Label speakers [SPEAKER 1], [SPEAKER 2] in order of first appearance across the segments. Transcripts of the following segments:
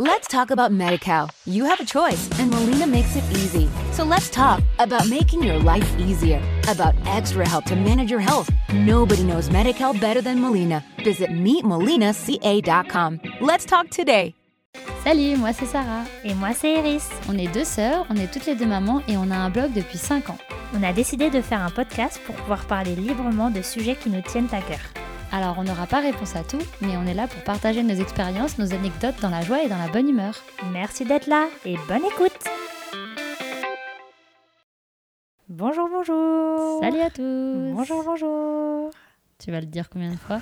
[SPEAKER 1] Let's talk about MediCal. You have a choice, and Molina makes it easy. So let's talk about making your life easier, about extra help to manage your health. Nobody knows MediCal better than Molina. Visit meetmolinaca.com. Let's talk today.
[SPEAKER 2] Salut, moi c'est Sarah.
[SPEAKER 3] Et moi, c'est Iris.
[SPEAKER 2] On est deux sœurs, on est toutes les deux mamans et on a un blog depuis 5 ans.
[SPEAKER 3] On a décidé de faire un podcast pour pouvoir parler librement de sujets qui nous tiennent à cœur.
[SPEAKER 2] Alors on n'aura pas réponse à tout, mais on est là pour partager nos expériences, nos anecdotes dans la joie et dans la bonne humeur.
[SPEAKER 3] Merci d'être là et bonne écoute. Bonjour, bonjour.
[SPEAKER 2] Salut à tous
[SPEAKER 3] Bonjour, bonjour.
[SPEAKER 2] Tu vas le dire combien de fois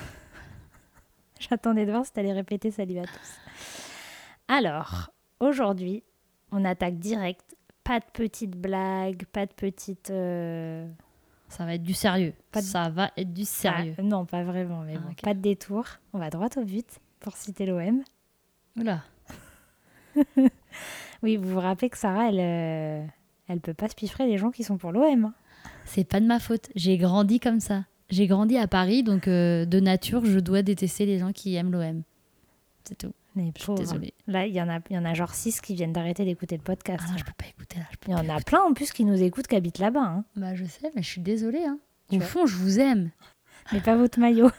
[SPEAKER 3] J'attendais de voir si t'allais répéter salut à tous. Alors, aujourd'hui, on attaque direct. Pas de petites blagues, pas de petites. euh,
[SPEAKER 2] Ça va être du sérieux.
[SPEAKER 3] Pas de-
[SPEAKER 2] Ça va être du sérieux.
[SPEAKER 3] ah, non, pas vraiment, mais
[SPEAKER 2] Ah,
[SPEAKER 3] bon,
[SPEAKER 2] ok.
[SPEAKER 3] pas de détour. On va droit au but pour citer l'OM.
[SPEAKER 2] Oula
[SPEAKER 3] Oui, vous vous rappelez que Sarah, elle, euh, elle peut pas se piffrer les gens qui sont pour l'OM. hein.
[SPEAKER 2] C'est pas de ma faute, j'ai grandi comme ça. J'ai grandi à Paris, donc euh, de nature, je dois détester les gens qui aiment l'OM. C'est tout,
[SPEAKER 3] Les
[SPEAKER 2] je suis
[SPEAKER 3] pauvres.
[SPEAKER 2] désolée.
[SPEAKER 3] Là, il y, en a- il y en a genre 6 qui viennent d'arrêter d'écouter le podcast.
[SPEAKER 2] Ah non, je peux pas écouter là, je peux
[SPEAKER 3] Il y
[SPEAKER 2] pas
[SPEAKER 3] en a
[SPEAKER 2] écouter.
[SPEAKER 3] plein en plus qui nous écoutent, qui habitent là-bas. hein.
[SPEAKER 2] Bah je sais, mais je suis désolée. Hein.
[SPEAKER 3] Tu
[SPEAKER 2] Au
[SPEAKER 3] vois.
[SPEAKER 2] fond, je vous aime.
[SPEAKER 3] Mais pas votre maillot.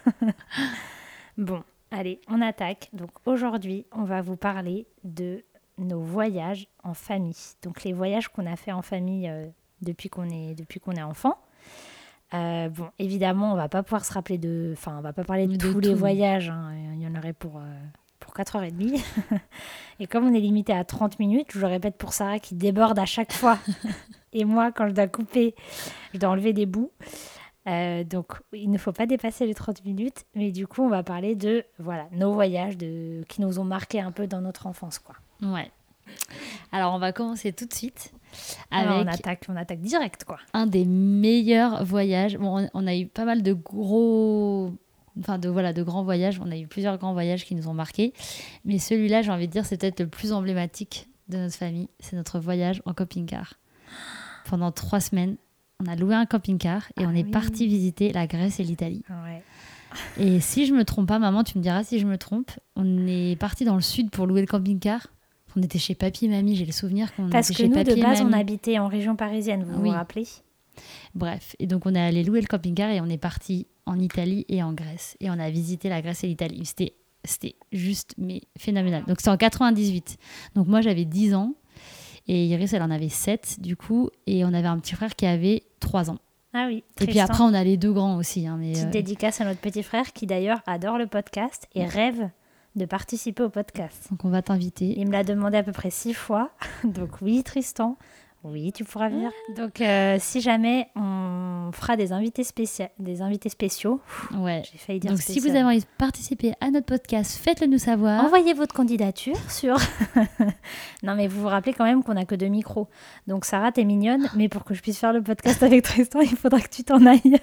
[SPEAKER 3] bon, allez, on attaque. Donc aujourd'hui, on va vous parler de nos voyages en famille. Donc les voyages qu'on a fait en famille euh, depuis qu'on est, depuis qu'on est enfant. Euh, bon, évidemment, on va pas pouvoir se rappeler de. Enfin, on va pas parler de,
[SPEAKER 2] De
[SPEAKER 3] tous
[SPEAKER 2] tout.
[SPEAKER 3] les voyages. hein. Il y en aurait pour. euh, Pour 4h30. Et comme on est limité à 30 minutes, je le répète pour Sarah qui déborde à chaque fois. Et moi, quand je dois couper, je dois enlever des bouts. Euh, donc, il ne faut pas dépasser les 30 minutes. Mais du coup, on va parler de voilà nos voyages de, qui nous ont marqué un peu dans notre enfance. Quoi.
[SPEAKER 2] Ouais. Alors on va commencer tout de suite
[SPEAKER 3] Alors, Ah, on,
[SPEAKER 2] avec
[SPEAKER 3] attaque, on attaque direct. quoi.
[SPEAKER 2] un des meilleurs voyages. Bon, on- on a eu pas mal de gros, enfin de voilà, de grands voyages. On a eu plusieurs grands voyages qui nous ont marqués, mais celui-là, j'ai envie de dire, c'est peut-être le plus emblématique de notre famille. C'est notre voyage en camping-car. Pendant trois semaines, on a loué un camping-car et
[SPEAKER 3] Ah
[SPEAKER 2] on est
[SPEAKER 3] oui.
[SPEAKER 2] parti visiter la Grèce et l'Italie.
[SPEAKER 3] Ouais.
[SPEAKER 2] Et si je me trompe pas, maman, tu me diras si je me trompe. On est parti dans le sud pour louer le camping-car. On était chez papy et mamie. J'ai le souvenir qu'on
[SPEAKER 3] Parce
[SPEAKER 2] était
[SPEAKER 3] que
[SPEAKER 2] chez
[SPEAKER 3] nous,
[SPEAKER 2] papy
[SPEAKER 3] de
[SPEAKER 2] et
[SPEAKER 3] base, on
[SPEAKER 2] mamie.
[SPEAKER 3] habitait en région parisienne, vous
[SPEAKER 2] Oui.
[SPEAKER 3] vous rappelez
[SPEAKER 2] Bref, et donc on est allé louer le camping-car et on est parti en Italie et en Grèce. Et on a visité la Grèce et l'Italie. C'était, c'était juste, mais phénoménal. Donc c'est en 98. Donc moi j'avais 10 ans et Iris elle en avait 7 du coup. Et on avait un petit frère qui avait 3 ans.
[SPEAKER 3] Ah oui.
[SPEAKER 2] Et puis
[SPEAKER 3] Tristan.
[SPEAKER 2] après on a les deux grands aussi. hein, mais,
[SPEAKER 3] Petite
[SPEAKER 2] euh,
[SPEAKER 3] dédicace à notre petit frère qui d'ailleurs adore le podcast et rêve de participer au podcast.
[SPEAKER 2] donc on va t'inviter.
[SPEAKER 3] Il me l'a demandé à peu près six fois. Donc oui, Tristan, oui, tu pourras venir. Donc euh, si jamais on fera des invités, spécia- des invités spéciaux,
[SPEAKER 2] Ouais.
[SPEAKER 3] j'ai failli dire
[SPEAKER 2] Donc si vous
[SPEAKER 3] spécial.
[SPEAKER 2] avez participé à notre podcast, faites-le nous savoir.
[SPEAKER 3] Envoyez votre candidature sur... non mais vous vous rappelez quand même qu'on a que deux micros. Donc Sarah, t'es mignonne, mais pour que je puisse faire le podcast avec Tristan, il faudra que tu t'en ailles.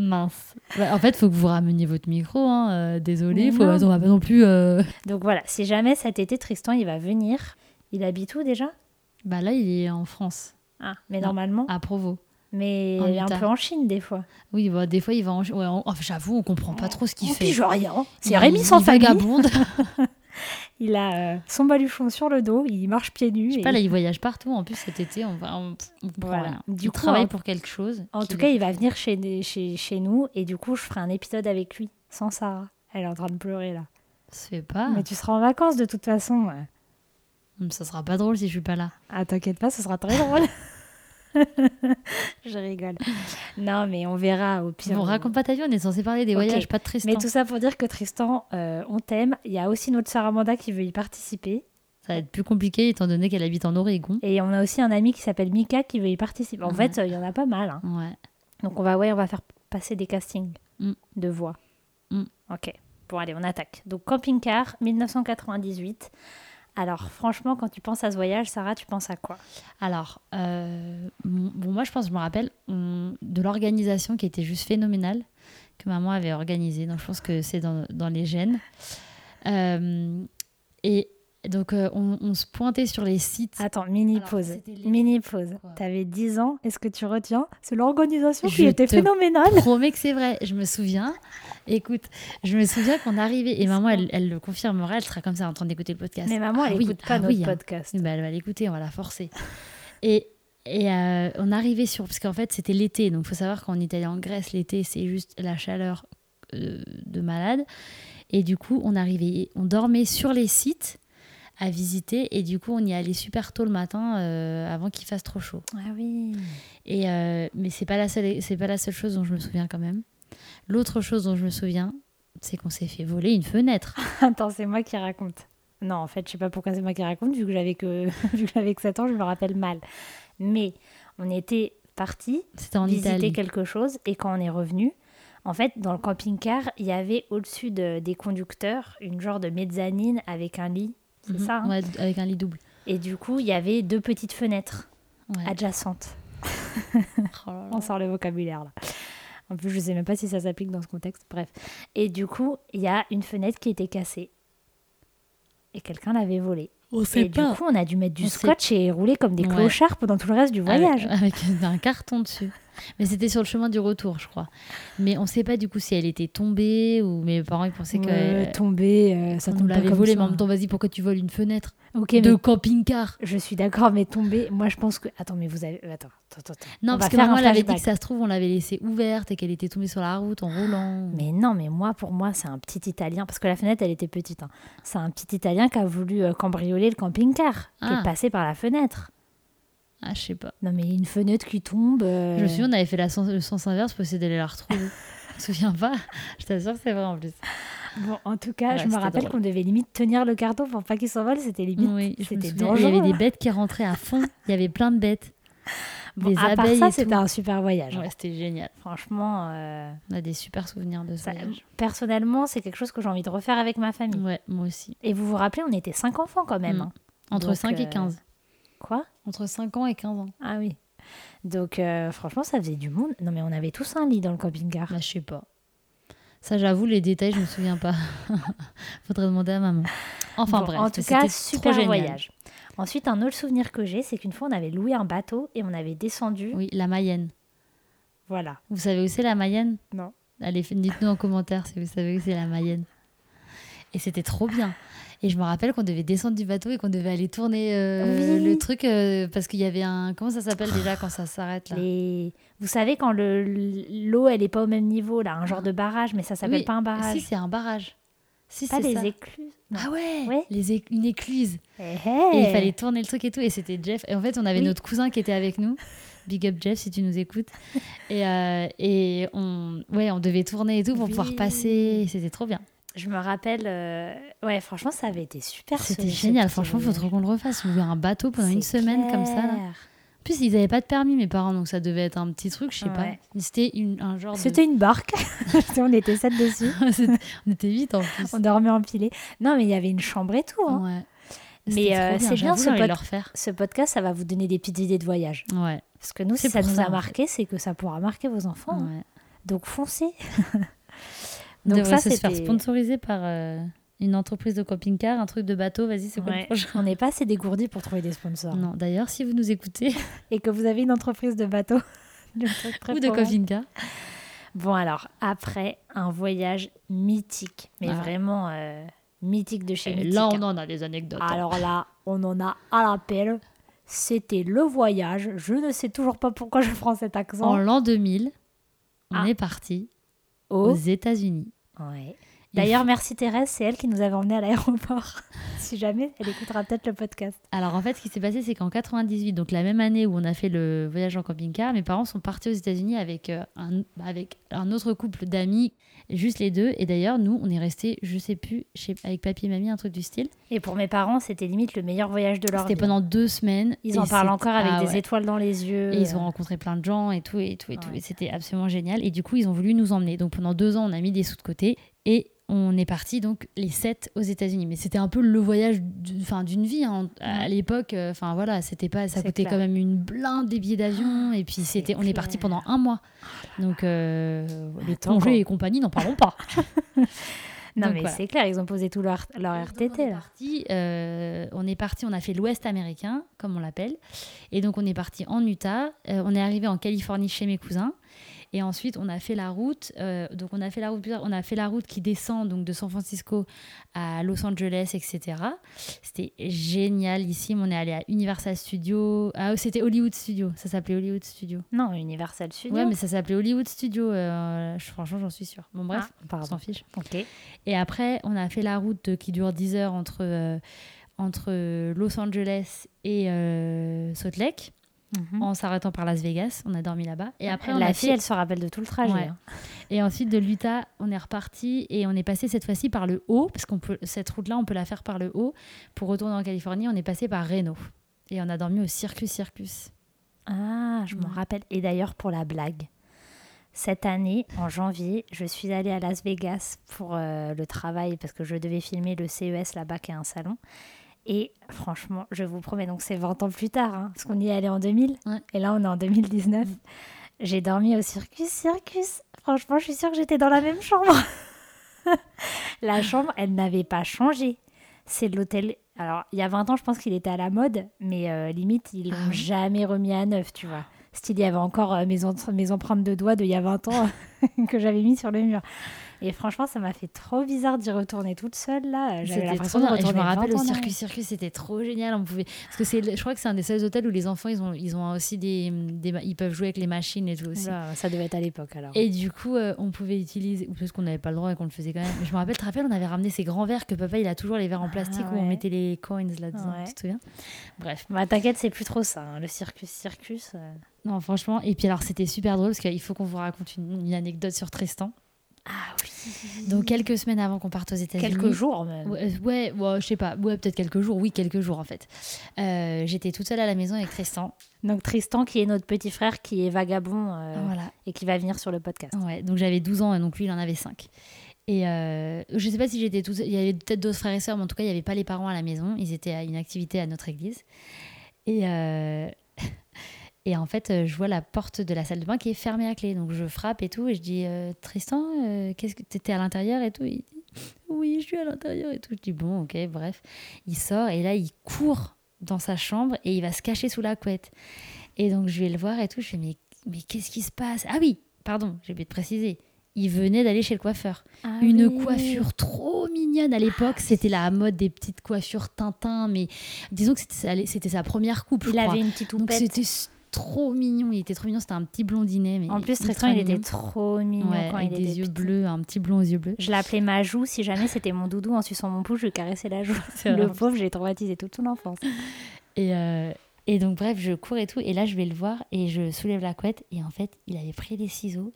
[SPEAKER 2] Mince. Ouais, en fait, faut que vous rameniez votre micro. Hein. euh, désolé,
[SPEAKER 3] Mais
[SPEAKER 2] faut,
[SPEAKER 3] non.
[SPEAKER 2] on va pas non plus. euh,
[SPEAKER 3] Donc voilà, si jamais cet été Tristan, il va venir. Il habite où déjà
[SPEAKER 2] Bah là, il est en France,
[SPEAKER 3] Ah, mais
[SPEAKER 2] Non.
[SPEAKER 3] normalement.
[SPEAKER 2] à Provo.
[SPEAKER 3] Mais
[SPEAKER 2] En
[SPEAKER 3] un
[SPEAKER 2] Utah.
[SPEAKER 3] peu en Chine des fois.
[SPEAKER 2] Oui, bah, des fois, il va en... ouais, on- enfin, j'avoue, on comprend pas trop ce qu'il
[SPEAKER 3] En
[SPEAKER 2] fait.
[SPEAKER 3] pige rien.
[SPEAKER 2] Il-
[SPEAKER 3] C'est Rémi sans
[SPEAKER 2] il
[SPEAKER 3] famille.
[SPEAKER 2] vagabonde.
[SPEAKER 3] Il a euh, son baluchon sur le dos, il marche pieds nus.
[SPEAKER 2] Je sais
[SPEAKER 3] et-
[SPEAKER 2] pas, là, il voyage partout. En plus, cet été, on va... On, on comprend
[SPEAKER 3] Voilà.
[SPEAKER 2] rien.
[SPEAKER 3] Du
[SPEAKER 2] il
[SPEAKER 3] coup,
[SPEAKER 2] travaille
[SPEAKER 3] en-
[SPEAKER 2] pour quelque chose.
[SPEAKER 3] En
[SPEAKER 2] qu'il-
[SPEAKER 3] tout cas, il va venir chez, des- chez, chez nous et du coup, je ferai un épisode avec lui, sans Sarah. Elle est en train de pleurer là.
[SPEAKER 2] se fait pas.
[SPEAKER 3] Mais tu seras en vacances de toute façon.
[SPEAKER 2] Hum, Ça sera pas drôle si je suis pas là.
[SPEAKER 3] Ah, t'inquiète pas, ce sera très drôle. je rigole. Non, mais on verra au pire.
[SPEAKER 2] on raconte pas ta vie, on est censé parler des
[SPEAKER 3] Ok.
[SPEAKER 2] voyages, pas hein. de Tristan.
[SPEAKER 3] Mais tout ça pour dire que Tristan, euh, on t'aime. Il y a aussi notre Sarah Manda qui veut y participer.
[SPEAKER 2] Ça va être plus compliqué étant donné qu'elle habite en Oregon.
[SPEAKER 3] Et on a aussi un ami qui s'appelle Mika qui veut y participer. En
[SPEAKER 2] Ouais.
[SPEAKER 3] fait, euh, il y en a pas mal. hein.
[SPEAKER 2] Ouais.
[SPEAKER 3] Donc on va, ouais, on va faire passer des castings
[SPEAKER 2] Mm.
[SPEAKER 3] de voix.
[SPEAKER 2] Mm.
[SPEAKER 3] Ok. Bon, allez, on attaque. Donc camping-car, 1998. Alors franchement, quand tu penses à ce voyage, Sarah, tu penses à quoi
[SPEAKER 2] Alors, euh, m- bon, moi, je pense, je me rappelle on- de l'organisation qui était juste phénoménale, que maman avait organisée. Donc, je pense que c'est dans, dans les gènes. Euh, et Donc, euh, on, on se pointait sur les sites.
[SPEAKER 3] Attends, mini
[SPEAKER 2] Alors,
[SPEAKER 3] pause.
[SPEAKER 2] c'était les-
[SPEAKER 3] Mini pause.
[SPEAKER 2] Quoi
[SPEAKER 3] T'avais 10 ans. Est-ce que tu retiens C'est l'organisation qui
[SPEAKER 2] Je
[SPEAKER 3] était
[SPEAKER 2] te
[SPEAKER 3] phénoménale.
[SPEAKER 2] promets que c'est vrai. Je me souviens. Écoute, je me souviens qu'on arrivait. Et maman, elle, elle le confirmera. Elle sera comme ça en train d'écouter le podcast.
[SPEAKER 3] Mais maman, elle
[SPEAKER 2] Ah oui,
[SPEAKER 3] écoute pas
[SPEAKER 2] ah
[SPEAKER 3] notre
[SPEAKER 2] oui, hein.
[SPEAKER 3] podcast.
[SPEAKER 2] Oui, bah, elle va l'écouter, on va la forcer. Et, et euh, on arrivait sur. Parce qu'en fait, c'était l'été. Donc, il faut savoir qu'en Italie, en Grèce, l'été, c'est juste la chaleur euh, de malade. Et du coup, on arrivait. On dormait sur les sites à visiter. Et du coup, on y allait super tôt le matin euh, avant qu'il fasse trop chaud.
[SPEAKER 3] Ah oui.
[SPEAKER 2] Et, euh, mais c'est pas, la seule- c'est pas la seule chose dont je me souviens quand même. L'autre chose dont je me souviens, c'est qu'on s'est fait voler une fenêtre.
[SPEAKER 3] Attends, c'est moi qui raconte. Non, en fait, je sais pas pourquoi c'est moi qui raconte, vu que j'avais que, vu que j'avais que 7 ans, je me rappelle mal. Mais on était partis
[SPEAKER 2] C'était en
[SPEAKER 3] visiter
[SPEAKER 2] Italie.
[SPEAKER 3] quelque chose et quand on est revenu, en fait, dans le camping-car, il y avait au-dessus de- des conducteurs une genre de mezzanine avec un lit. C'est
[SPEAKER 2] Mhm.
[SPEAKER 3] ça hein
[SPEAKER 2] Ouais, avec un lit double.
[SPEAKER 3] Et du coup, il y avait deux petites fenêtres
[SPEAKER 2] Ouais.
[SPEAKER 3] adjacentes.
[SPEAKER 2] Oh là là.
[SPEAKER 3] On sort le vocabulaire là. En plus, je sais même pas si ça s'applique dans ce contexte. Bref. Et du coup, il y a une fenêtre qui était cassée. Et quelqu'un l'avait volée.
[SPEAKER 2] On
[SPEAKER 3] Et du coup, on a dû mettre du
[SPEAKER 2] On sait-
[SPEAKER 3] scotch et rouler comme des
[SPEAKER 2] Ouais. Ah,
[SPEAKER 3] clochards pendant tout le reste du voyage.
[SPEAKER 2] Avec, avec un carton dessus. Mais c'était sur le chemin du retour, je crois. Mais on sait pas du coup si elle était tombée ou mes parents ils pensaient que
[SPEAKER 3] Euh,
[SPEAKER 2] euh,
[SPEAKER 3] tomber,
[SPEAKER 2] on nous l'avait volée. Mais en même temps, vas-y, pourquoi tu voles une fenêtre
[SPEAKER 3] Ok,
[SPEAKER 2] de
[SPEAKER 3] mais
[SPEAKER 2] camping-car
[SPEAKER 3] je suis d'accord, mais tomber, moi je pense que. Attends, mais vous avez. Attends, attends, attends.
[SPEAKER 2] Non,
[SPEAKER 3] On va
[SPEAKER 2] parce que
[SPEAKER 3] faire un
[SPEAKER 2] maman elle avait dit que
[SPEAKER 3] flashback.
[SPEAKER 2] ça se trouve, on l'avait laissée ouverte et qu'elle était tombée sur la route en roulant.
[SPEAKER 3] Mais non, mais moi, pour moi, c'est un petit Italien, parce que la fenêtre, elle était petite. hein. C'est un petit Italien qui a voulu euh, cambrioler le camping-car, qui
[SPEAKER 2] Ah.
[SPEAKER 3] est passé par la fenêtre.
[SPEAKER 2] Ah, je sais pas.
[SPEAKER 3] Non, mais une fenêtre qui tombe. euh,
[SPEAKER 2] Je me souviens, on avait fait la sens- le sens inverse pour essayer d'aller la retrouver. Je me souviens pas. Je t'assure que c'est vrai en plus.
[SPEAKER 3] Bon, en tout cas,
[SPEAKER 2] Ouais,
[SPEAKER 3] je me
[SPEAKER 2] c'était
[SPEAKER 3] rappelle
[SPEAKER 2] drôle.
[SPEAKER 3] qu'on devait limite tenir le carton pour pas qu'il s'envole, c'était limite.
[SPEAKER 2] Oui, je me
[SPEAKER 3] c'était
[SPEAKER 2] souviens. Il y avait
[SPEAKER 3] dangereux.
[SPEAKER 2] des bêtes qui rentraient à fond. Il y avait plein de bêtes.
[SPEAKER 3] Bon,
[SPEAKER 2] des
[SPEAKER 3] à part
[SPEAKER 2] abeilles
[SPEAKER 3] ça,
[SPEAKER 2] et
[SPEAKER 3] c'était
[SPEAKER 2] tout.
[SPEAKER 3] un super voyage. hein.
[SPEAKER 2] Ouais, c'était génial.
[SPEAKER 3] Franchement. euh,
[SPEAKER 2] On a des super souvenirs de ça.
[SPEAKER 3] Ça, personnellement, c'est quelque chose que j'ai envie de refaire avec ma famille.
[SPEAKER 2] Ouais, moi aussi.
[SPEAKER 3] Et vous vous rappelez, on était cinq enfants quand même.
[SPEAKER 2] Mm.
[SPEAKER 3] hein.
[SPEAKER 2] Entre
[SPEAKER 3] Donc,
[SPEAKER 2] 5 et
[SPEAKER 3] euh,
[SPEAKER 2] 15.
[SPEAKER 3] Quoi
[SPEAKER 2] Entre 5 ans et 15 ans.
[SPEAKER 3] Ah oui. Donc euh, franchement, ça faisait du monde. Non mais on avait tous un lit dans le camping-car.
[SPEAKER 2] Bah, je sais pas. Ça, j'avoue, les détails, je me souviens pas. Faudrait demander à maman. Enfin
[SPEAKER 3] Bon,
[SPEAKER 2] bref,
[SPEAKER 3] en tout
[SPEAKER 2] c'était
[SPEAKER 3] cas,
[SPEAKER 2] trop
[SPEAKER 3] super
[SPEAKER 2] génial.
[SPEAKER 3] voyage. Ensuite, un autre souvenir que j'ai, c'est qu'une fois, on avait loué un bateau et on avait descendu.
[SPEAKER 2] Oui, la Mayenne.
[SPEAKER 3] Voilà.
[SPEAKER 2] Vous savez où c'est la Mayenne
[SPEAKER 3] Non.
[SPEAKER 2] Allez, f- dites-nous en commentaire si vous savez où c'est la Mayenne. Et c'était trop bien. Et je me rappelle qu'on devait descendre du bateau et qu'on devait aller tourner euh,
[SPEAKER 3] Oui.
[SPEAKER 2] le truc euh, parce qu'il y avait un. Comment ça s'appelle déjà quand ça s'arrête là
[SPEAKER 3] Les... Vous savez quand le- l'eau, elle est pas au même niveau, là, un genre de barrage, mais ça s'appelle
[SPEAKER 2] Oui,
[SPEAKER 3] pas un
[SPEAKER 2] Si,
[SPEAKER 3] barrage.
[SPEAKER 2] c'est un barrage. Si,
[SPEAKER 3] pas
[SPEAKER 2] c'est
[SPEAKER 3] les
[SPEAKER 2] ça.
[SPEAKER 3] écluses. Non.
[SPEAKER 2] Ah ouais,
[SPEAKER 3] Ouais.
[SPEAKER 2] Les éc- Une écluse.
[SPEAKER 3] Eh,
[SPEAKER 2] Et il
[SPEAKER 3] eh.
[SPEAKER 2] fallait tourner le truc et tout. Et c'était Jeff. Et en fait, on avait
[SPEAKER 3] Oui.
[SPEAKER 2] notre cousin qui était avec nous. Big up Jeff si tu nous écoutes. Et, euh, et on, ouais, on devait tourner et tout pour pouvoir
[SPEAKER 3] Oui.
[SPEAKER 2] passer. C'était trop bien.
[SPEAKER 3] Je me rappelle. euh, Ouais, franchement, ça avait été super.
[SPEAKER 2] C'était génial. Franchement, faut trop qu'on le refasse. Louer un bateau pendant une semaine comme ça. là. En plus, ils n'avaient pas de permis, mes parents. Donc ça devait être un petit truc, je sais
[SPEAKER 3] Ouais.
[SPEAKER 2] pas. C'était une- un genre de-
[SPEAKER 3] C'était une barque. on était sept dessus.
[SPEAKER 2] C'était- on était vite en plus.
[SPEAKER 3] On dormait empilés. Non, mais il y avait une chambre et tout. hein.
[SPEAKER 2] Ouais.
[SPEAKER 3] Mais,
[SPEAKER 2] C'était trop
[SPEAKER 3] euh, c'est bien
[SPEAKER 2] j'avoue,
[SPEAKER 3] ce
[SPEAKER 2] j'ai envie de
[SPEAKER 3] pod-
[SPEAKER 2] le refaire.
[SPEAKER 3] Ce podcast, ça va vous donner des petites idées de voyage.
[SPEAKER 2] Ouais.
[SPEAKER 3] Parce que nous, si
[SPEAKER 2] C'est
[SPEAKER 3] ça
[SPEAKER 2] pour
[SPEAKER 3] nous
[SPEAKER 2] ça,
[SPEAKER 3] a
[SPEAKER 2] en
[SPEAKER 3] marqué, c'est que ça pourra marquer vos enfants. hein.
[SPEAKER 2] ouais.
[SPEAKER 3] Donc foncez.
[SPEAKER 2] On
[SPEAKER 3] Donc
[SPEAKER 2] devrait
[SPEAKER 3] ça,
[SPEAKER 2] se faire
[SPEAKER 3] c'était-
[SPEAKER 2] sponsoriser par euh, une entreprise de camping-car, un truc de bateau. Vas-y, c'est quoi le
[SPEAKER 3] Ouais.
[SPEAKER 2] prochain
[SPEAKER 3] On n'est pas assez dégourdis pour trouver des sponsors.
[SPEAKER 2] Non, d'ailleurs, si vous nous écoutez,
[SPEAKER 3] Et que vous avez une entreprise de bateau. de trucs très hein.
[SPEAKER 2] ou de
[SPEAKER 3] pauvres.
[SPEAKER 2] camping-car,
[SPEAKER 3] Bon alors, après un voyage mythique, mais
[SPEAKER 2] Ah.
[SPEAKER 3] vraiment euh, mythique de chez
[SPEAKER 2] Et
[SPEAKER 3] mythique.
[SPEAKER 2] Euh, là,
[SPEAKER 3] hein.
[SPEAKER 2] on en a des anecdotes. hein.
[SPEAKER 3] Alors là, on en a à l'appel. C'était le voyage. Je ne sais toujours pas pourquoi je prends cet
[SPEAKER 2] en
[SPEAKER 3] accent.
[SPEAKER 2] l'an 2000, on
[SPEAKER 3] Ah.
[SPEAKER 2] est parti aux
[SPEAKER 3] Oh.
[SPEAKER 2] États-Unis.
[SPEAKER 3] Ouais.
[SPEAKER 2] Il
[SPEAKER 3] D'ailleurs,
[SPEAKER 2] faut-
[SPEAKER 3] merci Thérèse, c'est elle qui nous avait emmenés à l'aéroport. si jamais, elle écoutera peut-être le podcast.
[SPEAKER 2] Alors, en fait, ce qui s'est passé, c'est qu'en 98, donc la même année où on a fait le voyage en camping-car, mes parents sont partis aux États-Unis avec, euh, un, bah, avec un autre couple d'amis, juste les deux. Et d'ailleurs, nous, on est restés, je sais plus, chez, avec papy et mamie, un truc du style.
[SPEAKER 3] Et pour mes parents, c'était limite le meilleur voyage de leur vie.
[SPEAKER 2] C'était pendant deux semaines.
[SPEAKER 3] Ils
[SPEAKER 2] et
[SPEAKER 3] en parlent
[SPEAKER 2] c'était-
[SPEAKER 3] encore avec
[SPEAKER 2] Ah
[SPEAKER 3] des
[SPEAKER 2] ouais.
[SPEAKER 3] étoiles dans les yeux.
[SPEAKER 2] Et ils ont rencontré plein de gens et tout et tout et tout.
[SPEAKER 3] Ouais.
[SPEAKER 2] Et c'était absolument génial. Et du coup, ils ont voulu nous emmener. Donc pendant deux ans, on a mis des sous de côté et on est parti donc les sept aux États-Unis. Mais c'était un peu le voyage du- enfin, d'une vie hein. à
[SPEAKER 3] Ouais.
[SPEAKER 2] l'époque. euh, Enfin voilà, c'était pas ça
[SPEAKER 3] C'est
[SPEAKER 2] coûtait
[SPEAKER 3] clair. Ah,
[SPEAKER 2] quand même une blinde des billets d'avion. Et puis c'était on est parti
[SPEAKER 3] clair.
[SPEAKER 2] pendant un mois. Donc euh, les
[SPEAKER 3] Attends,
[SPEAKER 2] congés
[SPEAKER 3] quand-
[SPEAKER 2] et compagnie, n'en parlons pas.
[SPEAKER 3] euh. Non,
[SPEAKER 2] Donc,
[SPEAKER 3] mais
[SPEAKER 2] voilà.
[SPEAKER 3] c'est clair, ils ont posé tout leur, leur
[SPEAKER 2] Et donc,
[SPEAKER 3] RTT,
[SPEAKER 2] on est
[SPEAKER 3] là.
[SPEAKER 2] parti, euh, on est parti, on a fait l'Ouest américain, comme on l'appelle. Et donc, on est parti en Utah. euh, on est arrivé en Californie chez mes cousins. Et ensuite, on a fait la route. euh, donc, on a fait la route, plusieurs- on a fait la route qui descend donc de San Francisco à Los Angeles, etc. C'était génial ici. On est allé à Universal Studios. Ah, c'était Hollywood Studios. Ça s'appelait Hollywood Studios.
[SPEAKER 3] Non, Universal Studios.
[SPEAKER 2] Ouais, mais ça s'appelait Hollywood Studios. euh, je- franchement, j'en suis sûre. Bon, bref,
[SPEAKER 3] Ah,
[SPEAKER 2] on
[SPEAKER 3] pardon.
[SPEAKER 2] s'en fiche.
[SPEAKER 3] Ok.
[SPEAKER 2] Et après, on a fait la route qui dure 10 heures entre, euh, entre euh, Los Angeles et euh, Salt Lake,
[SPEAKER 3] Mhm. Ah,
[SPEAKER 2] en s'arrêtant par Las Vegas. On a dormi là-bas. Et après, on
[SPEAKER 3] la
[SPEAKER 2] a
[SPEAKER 3] fille,
[SPEAKER 2] fait-
[SPEAKER 3] elle se rappelle de tout le trajet.
[SPEAKER 2] Ouais.
[SPEAKER 3] hein.
[SPEAKER 2] Et ensuite, de l'Utah, on est reparti et on est passé cette fois-ci par le haut, parce qu'on peut cette route-là, on peut la faire par le haut. Pour retourner en Californie, on est passé par Reno. Et on a dormi au Circus Circus.
[SPEAKER 3] Ah, je m'en
[SPEAKER 2] Ouais.
[SPEAKER 3] rappelle. Et d'ailleurs, pour la blague, cette année, en janvier, je suis allée à Las Vegas pour euh, le travail parce que je devais filmer le CES là-bas qui est un salon. Et franchement, je vous promets, donc c'est 20 ans plus tard, hein, parce qu'on y est allé en 2000
[SPEAKER 2] Ouais. Mm.
[SPEAKER 3] et là on est en 2019. J'ai dormi au circus, circus. Franchement, je suis sûre que j'étais dans la même chambre. la chambre, elle n'avait pas changé. C'est de l'hôtel. Alors, il y a 20 ans, je pense qu'il était à la mode, mais euh, limite, ils l'ont
[SPEAKER 2] Ah oui.
[SPEAKER 3] jamais remis à neuf, tu vois. Style, il y avait encore euh, mes, en- mes empreintes de doigts d'il y a 20 ans que j'avais mis sur le mur. Et franchement, ça m'a fait trop bizarre d'y retourner toute seule, là. J'avais
[SPEAKER 2] C'était trop
[SPEAKER 3] l'impression de
[SPEAKER 2] bien. Et
[SPEAKER 3] retourner
[SPEAKER 2] je me
[SPEAKER 3] 20
[SPEAKER 2] rappelle
[SPEAKER 3] ans
[SPEAKER 2] au
[SPEAKER 3] en arrière.
[SPEAKER 2] Circus Circus, c'était trop génial. On pouvait... Parce que c'est, le- je crois que c'est un des seuls hôtels où les enfants, ils ont, ils ont aussi des, des... Ils peuvent jouer avec les machines et tout aussi.
[SPEAKER 3] Oula, Bah, ça devait être à l'époque, alors.
[SPEAKER 2] Et du coup, euh, on pouvait utiliser, ou parce qu'on n'avait pas le droit et qu'on le faisait quand même. Mais je me rappelle, tu te rappelles, on avait ramené ces grands verres que papa, il a toujours les verres en plastique où on
[SPEAKER 3] Ah ouais.
[SPEAKER 2] mettait les coins là-dedans.
[SPEAKER 3] Ouais.
[SPEAKER 2] Tu te souviens Bref.
[SPEAKER 3] Bah, t'inquiète, c'est plus trop ça, hein, le circus, circus. euh.
[SPEAKER 2] Non, franchement. Et puis alors, c'était super drôle parce qu'il faut qu'on vous raconte une, une anecdote sur Tristan.
[SPEAKER 3] Ah oui.
[SPEAKER 2] Donc, quelques semaines avant qu'on parte aux États-Unis.
[SPEAKER 3] Quelques jours, même.
[SPEAKER 2] Ouais, euh, ouais, ouais, je sais pas. Ouais, peut-être quelques jours. Oui, quelques jours en fait. Euh, J'étais toute seule à la maison avec Tristan.
[SPEAKER 3] Donc Tristan, qui est notre petit frère, qui est vagabond euh,
[SPEAKER 2] Voilà.
[SPEAKER 3] et qui va venir sur le podcast.
[SPEAKER 2] Ouais, donc j'avais 12 ans et donc lui il en avait 5. Et euh, je sais pas si j'étais tout seul- il y avait peut-être d'autres frères et sœurs, mais en tout cas il n'y avait pas les parents à la maison, ils étaient à une activité à notre église. Et, euh, et en fait euh, je vois la porte de la salle de bain qui est fermée à clé, donc je frappe et tout, et je dis euh, Tristan, euh, qu'est-ce que t'étais à l'intérieur et tout Il dit, Oui, je suis à l'intérieur et tout. Je dis bon, ok, bref. Il sort et là il court dans sa chambre et il va se cacher sous la couette. Et donc je vais le voir et tout, je fais mais, mais qu'est-ce qui se passe Ah oui, pardon, j'ai oublié de préciser. Il venait d'aller chez le coiffeur.
[SPEAKER 3] Ah
[SPEAKER 2] Une coiffure trop mignonne à l'époque. C'était la mode des petites coiffures Tintin, mais disons que c'était sa- c'était sa première coupe. je
[SPEAKER 3] Il
[SPEAKER 2] crois.
[SPEAKER 3] avait une petite
[SPEAKER 2] Donc
[SPEAKER 3] toupette.
[SPEAKER 2] c'était s- trop mignon. Il était trop mignon. C'était un petit blondinet. Mais
[SPEAKER 3] en plus,
[SPEAKER 2] ultra
[SPEAKER 3] Tristan, il était
[SPEAKER 2] mignon.
[SPEAKER 3] trop mignon
[SPEAKER 2] Ouais,
[SPEAKER 3] quand
[SPEAKER 2] avec
[SPEAKER 3] il
[SPEAKER 2] des
[SPEAKER 3] était
[SPEAKER 2] yeux
[SPEAKER 3] petit.
[SPEAKER 2] bleus, un petit blond aux yeux bleus.
[SPEAKER 3] Je l'appelais ma joue. Si jamais c'était mon doudou en suçant mon pouce, je lui caressais la joue.
[SPEAKER 2] C'est
[SPEAKER 3] Le
[SPEAKER 2] vrai.
[SPEAKER 3] pauvre, j'ai traumatisé toute son enfance.
[SPEAKER 2] Et, euh, et donc, bref, je cours et tout. Et là, je vais le voir et je soulève la couette. Et en fait, il avait pris des ciseaux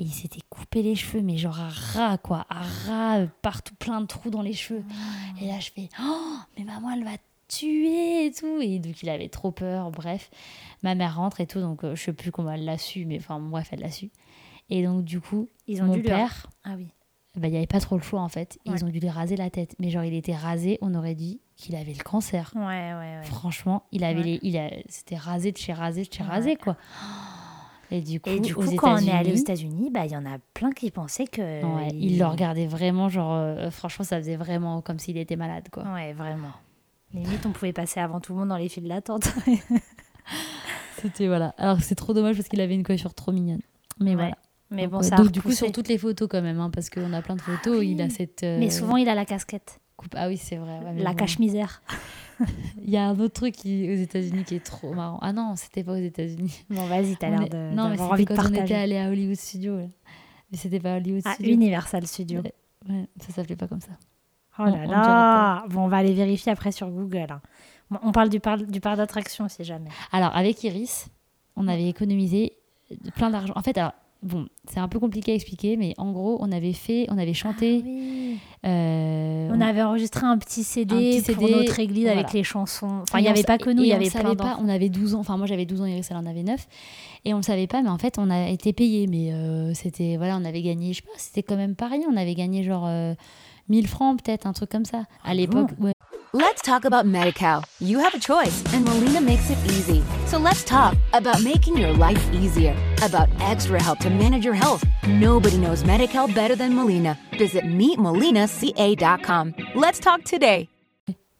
[SPEAKER 2] et il s'était coupé les cheveux, mais genre à ras, quoi. À ras, euh, partout, plein de trous dans les cheveux.
[SPEAKER 3] Ah.
[SPEAKER 2] Et là, je fais Oh, mais maman, elle va tuer et tout. Et donc, il avait trop peur. Bref, ma mère rentre et tout. Donc, euh, je sais plus comment elle l'a su, mais enfin, bref, elle l'a su. Et donc, du coup,
[SPEAKER 3] Ils ont
[SPEAKER 2] mon
[SPEAKER 3] dû leur-
[SPEAKER 2] père
[SPEAKER 3] Ah oui.
[SPEAKER 2] bah, il n'y avait pas trop le choix en fait. Et
[SPEAKER 3] Ouais.
[SPEAKER 2] Ils ont dû lui raser la tête. Mais genre, il était rasé, on aurait dit qu'il avait le cancer.
[SPEAKER 3] Ouais, ouais, ouais.
[SPEAKER 2] Franchement, il avait
[SPEAKER 3] Ouais.
[SPEAKER 2] les, il a, c'était rasé de chez rasé de chez
[SPEAKER 3] Ouais.
[SPEAKER 2] rasé quoi. Et du coup,
[SPEAKER 3] Et du
[SPEAKER 2] aux
[SPEAKER 3] coup, quand on est allé aux
[SPEAKER 2] États-Unis,
[SPEAKER 3] États-Unis, bah, il y en a plein qui pensaient que.
[SPEAKER 2] ouais, euh, il... le regardait vraiment genre, euh, franchement, ça faisait vraiment comme s'il était malade quoi.
[SPEAKER 3] Ouais, vraiment. Limite, on pouvait passer avant tout le monde dans les files d'attente.
[SPEAKER 2] C'était voilà. Alors c'est trop dommage parce qu'il avait une coiffure trop mignonne. Mais
[SPEAKER 3] Ouais.
[SPEAKER 2] voilà.
[SPEAKER 3] Mais
[SPEAKER 2] Donc,
[SPEAKER 3] bon,
[SPEAKER 2] euh,
[SPEAKER 3] ça a
[SPEAKER 2] donc du coup
[SPEAKER 3] repoussé.
[SPEAKER 2] sur toutes les photos quand même, hein, parce qu'on a plein de photos,
[SPEAKER 3] oui.
[SPEAKER 2] il a cette. euh,
[SPEAKER 3] Mais souvent, il a la casquette,
[SPEAKER 2] coupe. Ah oui, c'est vrai. ouais, mais
[SPEAKER 3] la
[SPEAKER 2] bon.
[SPEAKER 3] cache-misère.
[SPEAKER 2] Il y a un autre truc qui, aux États-Unis qui est trop marrant. Ah non, c'était pas aux États-Unis.
[SPEAKER 3] Bon, vas-y, t'as
[SPEAKER 2] On
[SPEAKER 3] l'air
[SPEAKER 2] est-
[SPEAKER 3] de.
[SPEAKER 2] Non, mais
[SPEAKER 3] d'avoir
[SPEAKER 2] c'était
[SPEAKER 3] envie de
[SPEAKER 2] quand on était
[SPEAKER 3] partager.
[SPEAKER 2] allé à Hollywood Studios. là. Mais c'était pas Hollywood
[SPEAKER 3] À
[SPEAKER 2] Studios.
[SPEAKER 3] Universal Studios.
[SPEAKER 2] Ouais. Ouais, ça s'appelait pas comme ça. On-
[SPEAKER 3] Oh là
[SPEAKER 2] on
[SPEAKER 3] là Bon, on va aller vérifier après sur Google. hein. Bon, On parle du, par- du parc d'attraction si jamais.
[SPEAKER 2] Alors, avec Iris, on avait économisé plein d'argent. En fait, alors, bon, c'est un peu compliqué à expliquer, mais en gros, on avait fait, on avait chanté. euh,
[SPEAKER 3] Ah On avait enregistré un petit CD,
[SPEAKER 2] Un petit
[SPEAKER 3] pour
[SPEAKER 2] CD,
[SPEAKER 3] notre église avec
[SPEAKER 2] voilà.
[SPEAKER 3] les chansons. Enfin, il
[SPEAKER 2] et
[SPEAKER 3] n'y
[SPEAKER 2] on
[SPEAKER 3] avait
[SPEAKER 2] sa-
[SPEAKER 3] pas que nous,
[SPEAKER 2] et
[SPEAKER 3] il y
[SPEAKER 2] on
[SPEAKER 3] avait plein
[SPEAKER 2] savait pas,
[SPEAKER 3] d'enfants.
[SPEAKER 2] on avait 12 ans. Enfin, moi, j'avais 12 ans, Iris, elle en avait 9. Et on le savait pas, mais en fait, on a été payé. Mais euh, c'était, voilà, on avait gagné, je sais pas,
[SPEAKER 3] Ah,
[SPEAKER 2] c'était quand même pas rien. On avait gagné genre euh, 1000 francs, peut-être, un truc comme ça. À l'époque, ouais.
[SPEAKER 1] Let's talk about MediCal. You have a choice, and Molina makes it easy. So let's talk about making your life easier, about extra help to manage your health. Nobody knows MediCal better than Molina. Visit meetmolinaca.com. Let's talk today.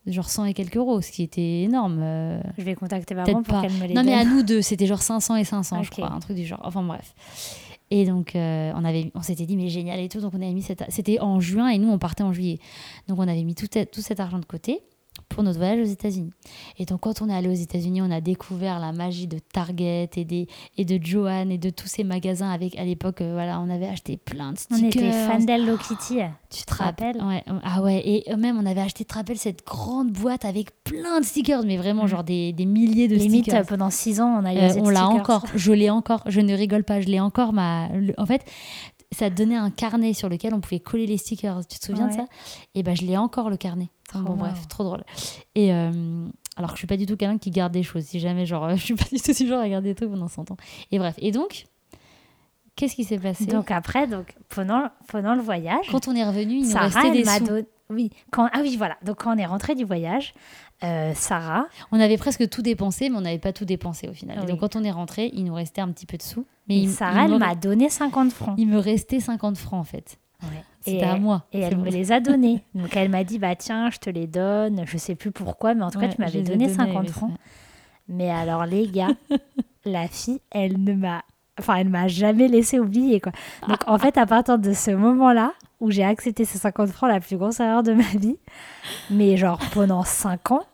[SPEAKER 2] Genre 100 et quelques euros, ce qui était énorme. euh,
[SPEAKER 3] Je vais contacter maman
[SPEAKER 2] Peut-être
[SPEAKER 3] pour
[SPEAKER 2] pas.
[SPEAKER 3] qu'elle me les
[SPEAKER 2] Non,
[SPEAKER 3] donne.
[SPEAKER 2] mais à nous deux, c'était genre 500 et 500, je
[SPEAKER 3] Ok.
[SPEAKER 2] crois, un truc du genre. Enfin bref. Et donc, euh, on, avait, on s'était dit, mais génial et tout. Donc, on avait mis cette. C'était en juin et nous, on partait en juillet. Donc, on avait mis tout, tout cet argent de côté pour notre voyage aux États-Unis. Et donc, quand on est allé aux États-Unis, on a découvert la magie de Target et, des, et de Joanne et de tous ces magasins. Avec, à l'époque, euh, voilà, on avait acheté plein de stickers.
[SPEAKER 3] On était fan d'Hello Kitty.
[SPEAKER 2] Tu te
[SPEAKER 3] te rappelles
[SPEAKER 2] rappelles ouais. Ah ouais, et même on avait acheté, tu te rappelles, cette grande boîte avec plein de stickers, mais vraiment genre des, des milliers de
[SPEAKER 3] Mm. Limite,
[SPEAKER 2] stickers.
[SPEAKER 3] euh, pendant 6 ans, on a eu
[SPEAKER 2] Euh,
[SPEAKER 3] cette
[SPEAKER 2] on l'a
[SPEAKER 3] sticker.
[SPEAKER 2] encore, je l'ai encore, je ne rigole pas, je l'ai encore. Ma... le- En fait, ça donnait un carnet sur lequel on pouvait coller les stickers. Tu te souviens de
[SPEAKER 3] Ouais.
[SPEAKER 2] ça Et ben, je l'ai encore le carnet. Enfin,
[SPEAKER 3] Trop
[SPEAKER 2] bon,
[SPEAKER 3] marrant.
[SPEAKER 2] bref, trop drôle. Et euh, alors, que je suis pas du tout quelqu'un qui garde des choses. Si jamais, genre, euh, je suis pas du tout du genre à garder des trucs pendant 100 ans. Et bref. Et donc, qu'est-ce qui s'est passé
[SPEAKER 3] Donc après, donc, pendant, pendant le voyage,
[SPEAKER 2] Quand on est revenu, il nous
[SPEAKER 3] Sarah,
[SPEAKER 2] restait
[SPEAKER 3] elle
[SPEAKER 2] des
[SPEAKER 3] m'a
[SPEAKER 2] sous.
[SPEAKER 3] donné... Oui, quand... Ah oui, voilà. Donc quand on est rentré du voyage, euh, Sarah,
[SPEAKER 2] On avait presque tout dépensé, mais on n'avait pas tout dépensé au final.
[SPEAKER 3] Ah
[SPEAKER 2] Et
[SPEAKER 3] oui.
[SPEAKER 2] donc, quand on est rentré, il nous restait un petit peu de sous. Mais
[SPEAKER 3] et
[SPEAKER 2] il- il
[SPEAKER 3] Sarah
[SPEAKER 2] me-
[SPEAKER 3] elle m'a donné 50 francs.
[SPEAKER 2] il me restait 50 francs en fait.
[SPEAKER 3] Ouais.
[SPEAKER 2] C'était
[SPEAKER 3] Et-
[SPEAKER 2] à moi.
[SPEAKER 3] Et
[SPEAKER 2] c'est
[SPEAKER 3] elle
[SPEAKER 2] bon.
[SPEAKER 3] me les a donnés. Donc elle m'a dit, bah tiens, je te les donne. Je sais plus pourquoi, mais en tout cas,
[SPEAKER 2] Ouais,
[SPEAKER 3] tu
[SPEAKER 2] je
[SPEAKER 3] m'avais
[SPEAKER 2] les ai
[SPEAKER 3] donné
[SPEAKER 2] donnés,
[SPEAKER 3] 50
[SPEAKER 2] oui,
[SPEAKER 3] francs. Mais alors les gars, la fille, elle ne m'a... Enfin, elle m'a jamais laissé oublier, quoi. Donc en fait, à partir de ce moment-là, où j'ai accepté ces 50 francs, la plus grosse erreur de ma vie, mais genre pendant 5 ans,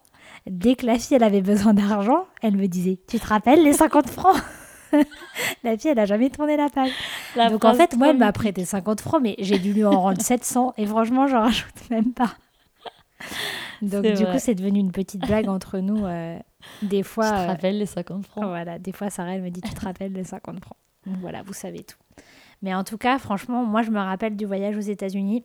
[SPEAKER 3] dès que la fille, elle avait besoin d'argent, elle me disait, tu te rappelles les 50 francs La fille, elle n'a jamais tourné la page.
[SPEAKER 2] c'est vrai.
[SPEAKER 3] Donc en fait, moi, elle m'a prêté 50 francs, mais j'ai dû lui en rendre 700. Et franchement, j'en rajoute même pas. Donc
[SPEAKER 2] C'est
[SPEAKER 3] du
[SPEAKER 2] vrai.
[SPEAKER 3] coup, c'est devenu une petite blague entre nous. euh, des
[SPEAKER 2] Tu
[SPEAKER 3] fois,
[SPEAKER 2] te
[SPEAKER 3] euh,
[SPEAKER 2] rappelles les 50 francs
[SPEAKER 3] voilà, des fois, Sarah, elle me dit, tu te rappelles les 50 francs. Donc voilà, vous savez tout. Mais en tout cas, franchement, moi, je me rappelle du voyage aux États-Unis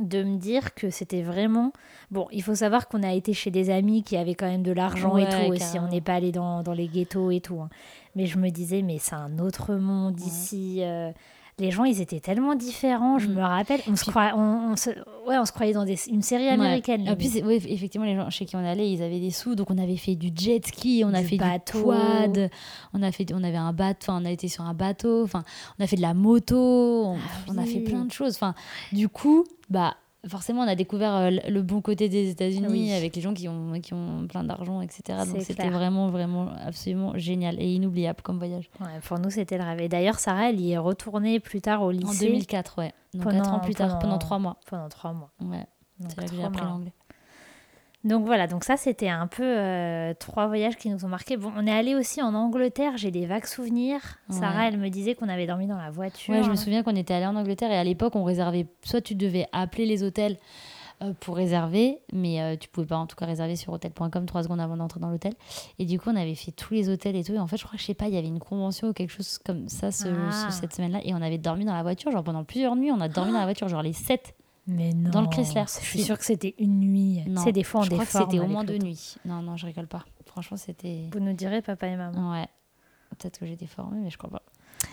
[SPEAKER 3] de me dire que c'était vraiment bon il faut savoir qu'on a été chez des amis qui avaient quand même de l'argent et
[SPEAKER 2] Ouais,
[SPEAKER 3] tout aussi on
[SPEAKER 2] carrément.
[SPEAKER 3] n'est pas allé dans, dans les ghettos et tout hein. mais je me disais mais c'est un autre monde ici euh, les gens ils étaient tellement différents je
[SPEAKER 2] Mm.
[SPEAKER 3] me rappelle on se croyait on, on se- ouais on se croyait dans des- une série américaine
[SPEAKER 2] Ouais. Et puis, c'est- ouais, effectivement, les gens chez qui on allait, ils avaient des sous. Donc, on avait fait du jet ski, on a
[SPEAKER 3] Du
[SPEAKER 2] fait
[SPEAKER 3] bateau.
[SPEAKER 2] du quad, on, a fait, on avait un bateau, enfin, on a été sur un bateau, enfin, on a fait de la moto, on, on a fait
[SPEAKER 3] Ah oui.
[SPEAKER 2] plein de choses. Enfin, du coup, bah, forcément, on a découvert euh, le- le bon côté des États-Unis
[SPEAKER 3] Oui.
[SPEAKER 2] avec les gens qui ont, qui ont plein d'argent, etc.
[SPEAKER 3] C'est
[SPEAKER 2] Donc, c'était
[SPEAKER 3] clair.
[SPEAKER 2] vraiment, vraiment, absolument génial et inoubliable comme voyage.
[SPEAKER 3] Ouais, pour nous c'était le rêve et d'ailleurs Sarah elle y est retournée plus tard au
[SPEAKER 2] En
[SPEAKER 3] lycée
[SPEAKER 2] 2004, ouais. Donc,
[SPEAKER 3] Pendant-
[SPEAKER 2] 4 ans plus tard, pendant 3 mois.
[SPEAKER 3] pendant trois mois
[SPEAKER 2] Ouais.
[SPEAKER 3] donc,
[SPEAKER 2] C'est là que j'ai
[SPEAKER 3] trop
[SPEAKER 2] appris
[SPEAKER 3] marrant.
[SPEAKER 2] l'anglais.
[SPEAKER 3] Donc voilà, donc ça c'était un peu euh, trois voyages qui nous ont marqués. Bon, on est allé aussi en Angleterre, j'ai des vagues souvenirs. Sarah,
[SPEAKER 2] Ouais.
[SPEAKER 3] elle me disait qu'on avait dormi dans la voiture.
[SPEAKER 2] Ouais, je me souviens qu'on était allé en Angleterre et à l'époque, on réservait. Soit tu devais appeler les hôtels euh, pour réserver, mais euh, tu pouvais pas en tout cas réserver sur hôtel.com trois secondes avant d'entrer dans l'hôtel. Et du coup, on avait fait tous les hôtels et tout. Et en fait, je crois que je sais pas, il y avait une convention ou quelque chose comme ça ce-
[SPEAKER 3] Ah.
[SPEAKER 2] ce- cette semaine-là. Et on avait dormi dans la voiture, genre pendant plusieurs nuits, on a dormi dans la voiture, genre les sept.
[SPEAKER 3] Mais non.
[SPEAKER 2] Dans le Chrysler.
[SPEAKER 3] Je suis sûre que c'était une nuit.
[SPEAKER 2] Non,
[SPEAKER 3] C'est des fois on
[SPEAKER 2] je crois que
[SPEAKER 3] déforme
[SPEAKER 2] c'était au
[SPEAKER 3] avec
[SPEAKER 2] moins
[SPEAKER 3] le
[SPEAKER 2] deux
[SPEAKER 3] temps.
[SPEAKER 2] nuits. Non, non, je rigole pas. Franchement, c'était.
[SPEAKER 3] Vous nous direz, papa et maman.
[SPEAKER 2] Ouais. Peut-être que j'ai déformé, mais je crois pas.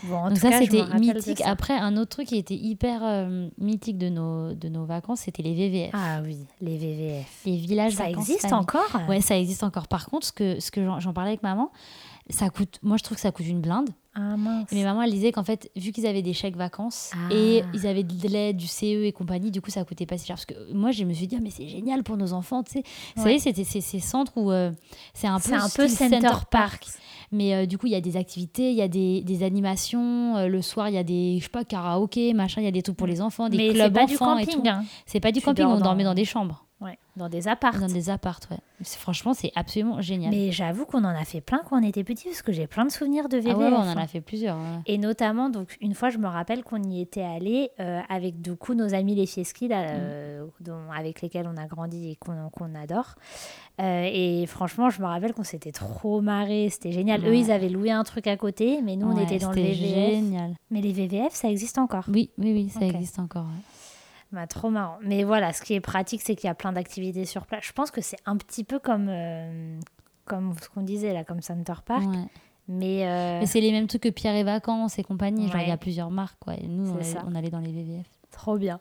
[SPEAKER 3] Bon, en
[SPEAKER 2] Donc
[SPEAKER 3] tout
[SPEAKER 2] ça,
[SPEAKER 3] cas, je me
[SPEAKER 2] c'était
[SPEAKER 3] rappelle de
[SPEAKER 2] mythique.
[SPEAKER 3] ça.
[SPEAKER 2] Après, un autre truc qui était hyper euh, mythique de nos, de nos vacances, c'était les VVF.
[SPEAKER 3] Ah oui, les VVF.
[SPEAKER 2] Les villages
[SPEAKER 3] Ah, Ça
[SPEAKER 2] vacances
[SPEAKER 3] existe
[SPEAKER 2] famille.
[SPEAKER 3] encore hein.
[SPEAKER 2] Ouais, Ah, ça existe encore. Par contre, ce que, ce que j'en j'en parlais avec maman, ça coûte. Moi, je trouve que ça coûte une blinde.
[SPEAKER 3] Ah mince.
[SPEAKER 2] Mais maman, elle disait qu'en fait, vu qu'ils avaient des chèques vacances
[SPEAKER 3] Ah.
[SPEAKER 2] et ils avaient de l'aide du CE et compagnie, du coup, ça coûtait pas si cher. Parce que moi, je me suis dit, ah, mais c'est génial pour nos enfants, tu sais. Vous
[SPEAKER 3] Ouais.
[SPEAKER 2] savez, c'était ces ces centres où euh, c'est un peu,
[SPEAKER 3] C'est un peu
[SPEAKER 2] style
[SPEAKER 3] Center Park.
[SPEAKER 2] mais euh, du coup, il y a des activités, il y a des, des animations. euh, le soir, il y a des, je sais pas, karaoké, machin. Il y a des trucs pour les enfants, des
[SPEAKER 3] Mais c'est
[SPEAKER 2] clubs
[SPEAKER 3] pas du
[SPEAKER 2] enfants et
[SPEAKER 3] camping.
[SPEAKER 2] tout.
[SPEAKER 3] hein.
[SPEAKER 2] C'est pas du
[SPEAKER 3] Tu
[SPEAKER 2] camping,
[SPEAKER 3] dors
[SPEAKER 2] on dormait
[SPEAKER 3] dans-
[SPEAKER 2] dans des chambres,
[SPEAKER 3] Ouais, dans des apparts.
[SPEAKER 2] dans des appartes, ouais. C'est- Franchement, c'est absolument génial.
[SPEAKER 3] Mais j'avoue qu'on en a fait plein quand on était petits, parce que j'ai plein de souvenirs de
[SPEAKER 2] Ah ouais,
[SPEAKER 3] VVF.
[SPEAKER 2] ouais, on en
[SPEAKER 3] hein.
[SPEAKER 2] a fait plusieurs. ouais.
[SPEAKER 3] Et notamment, donc, une fois, je me rappelle qu'on y était allé euh, avec, du coup, nos amis les Fieski, là,
[SPEAKER 2] Mm.
[SPEAKER 3] euh, dont- avec lesquels on a grandi et qu'on qu'on adore. Euh, et franchement, je me rappelle qu'on s'était trop marré, c'était génial. Eux,
[SPEAKER 2] Ouais.
[SPEAKER 3] ils avaient loué un truc à côté, mais nous, on
[SPEAKER 2] Ouais,
[SPEAKER 3] était dans le
[SPEAKER 2] c'était
[SPEAKER 3] VVF.
[SPEAKER 2] Génial. Mm.
[SPEAKER 3] Mais les VVF, ça existe encore.
[SPEAKER 2] Oui, oui, oui, ça
[SPEAKER 3] Ok.
[SPEAKER 2] existe encore. ouais.
[SPEAKER 3] Bah, trop marrant. Mais voilà, ce qui est pratique, c'est qu'il y a plein d'activités sur place. Je pense que c'est un petit peu comme, euh, comme ce qu'on disait, là, comme Center Park.
[SPEAKER 2] Ouais.
[SPEAKER 3] Mais, euh,
[SPEAKER 2] Mais c'est les mêmes trucs que Pierre Mm. et Vacances et compagnie. Genre, il y
[SPEAKER 3] Ouais.
[SPEAKER 2] a plusieurs marques, quoi. Et nous, on
[SPEAKER 3] C'est
[SPEAKER 2] allait,
[SPEAKER 3] ça.
[SPEAKER 2] on allait dans les VVF.
[SPEAKER 3] Trop bien.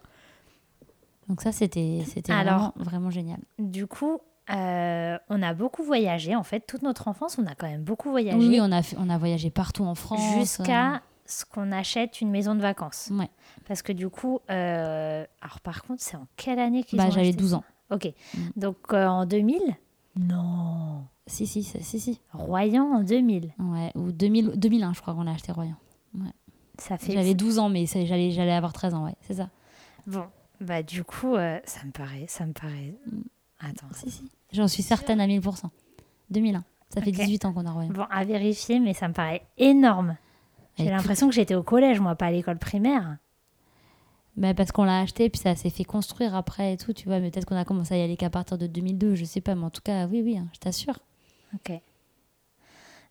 [SPEAKER 2] Donc ça, c'était c'était
[SPEAKER 3] Alors-
[SPEAKER 2] vraiment, vraiment génial.
[SPEAKER 3] Du coup, euh, on a beaucoup voyagé. En fait, toute notre enfance, on a quand même beaucoup voyagé.
[SPEAKER 2] Oui, on a, fait- on a voyagé partout en France. euh, Bah,
[SPEAKER 3] jusqu'à ce qu'on achète une maison de vacances.
[SPEAKER 2] Ouais.
[SPEAKER 3] Parce que du coup, euh, alors par contre, c'est en quelle année qu'ils
[SPEAKER 2] Bah,
[SPEAKER 3] ont
[SPEAKER 2] j'avais
[SPEAKER 3] acheté
[SPEAKER 2] 12
[SPEAKER 3] ça
[SPEAKER 2] ans.
[SPEAKER 3] Ok.
[SPEAKER 2] Mm.
[SPEAKER 3] Donc euh, en 2000 Non.
[SPEAKER 2] Si, si, si, si. si.
[SPEAKER 3] Royan en 2000.
[SPEAKER 2] Ouais, ou 2000, 2001, je crois qu'on a acheté Royan.
[SPEAKER 3] Ça fait.
[SPEAKER 2] J'avais 12 ans, mais ça- j'allais j'allais avoir 13 ans, ouais, c'est ça.
[SPEAKER 3] Bon, bah du coup, euh, ça me paraît, ça me paraît.
[SPEAKER 2] Mm.
[SPEAKER 3] Attends.
[SPEAKER 2] Si, si. J'en suis certaine à 1000%. 2001. Ça fait
[SPEAKER 3] Ok.
[SPEAKER 2] 18 ans qu'on a Royan.
[SPEAKER 3] Bon, à vérifier, mais ça me paraît énorme. J'ai
[SPEAKER 2] Bah, Écoute.
[SPEAKER 3] l'impression que j'étais au collège, moi, pas à l'école primaire.
[SPEAKER 2] Bah, parce qu'on l'a acheté, puis ça s'est fait construire après et tout, tu vois. Mais peut-être qu'on a commencé à y aller qu'à partir de 2002, je sais pas. Mais en tout cas, oui, oui, hein, je t'assure.
[SPEAKER 3] Ok.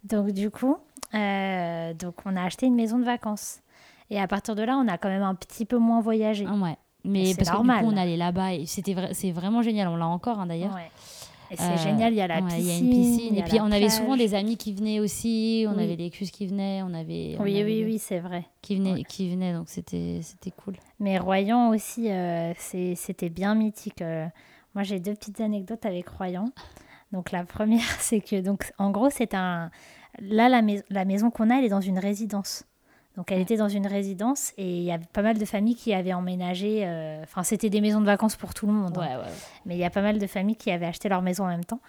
[SPEAKER 3] Donc du coup, euh, donc on a acheté une maison de vacances. Et à partir de là, on a quand même un petit peu moins voyagé.
[SPEAKER 2] Ah, ouais. Mais
[SPEAKER 3] C'est
[SPEAKER 2] parce
[SPEAKER 3] normal.
[SPEAKER 2] que du coup, on allait là-bas et c'était vrai- c'est vraiment génial. On l'a encore hein, d'ailleurs.
[SPEAKER 3] Ouais. Et c'est
[SPEAKER 2] Euh,
[SPEAKER 3] génial, il y a la
[SPEAKER 2] ouais,
[SPEAKER 3] piscine.
[SPEAKER 2] y a une piscine.
[SPEAKER 3] il y
[SPEAKER 2] Et
[SPEAKER 3] a
[SPEAKER 2] puis,
[SPEAKER 3] la
[SPEAKER 2] on avait souvent
[SPEAKER 3] plage.
[SPEAKER 2] des amis qui venaient aussi. On
[SPEAKER 3] Oui.
[SPEAKER 2] avait les cus qui venaient. On avait. on
[SPEAKER 3] Oui,
[SPEAKER 2] avait
[SPEAKER 3] oui,
[SPEAKER 2] le-
[SPEAKER 3] oui, c'est vrai.
[SPEAKER 2] Qui venaient,
[SPEAKER 3] Ouais.
[SPEAKER 2] qui venaient donc c'était c'était cool.
[SPEAKER 3] Mais Royan aussi, euh, c'est- c'était bien mythique. euh. moi, j'ai deux petites anecdotes avec Royan. Donc la première, c'est que donc en gros, c'est un là la, mais- la maison qu'on a, elle est dans une résidence. Donc elle était dans une résidence et il y a pas mal de familles qui avaient emménagé. euh, Enfin, c'était des maisons de vacances pour tout le monde. hein. Mais il y a pas mal de familles qui avaient acheté leur maison en même temps.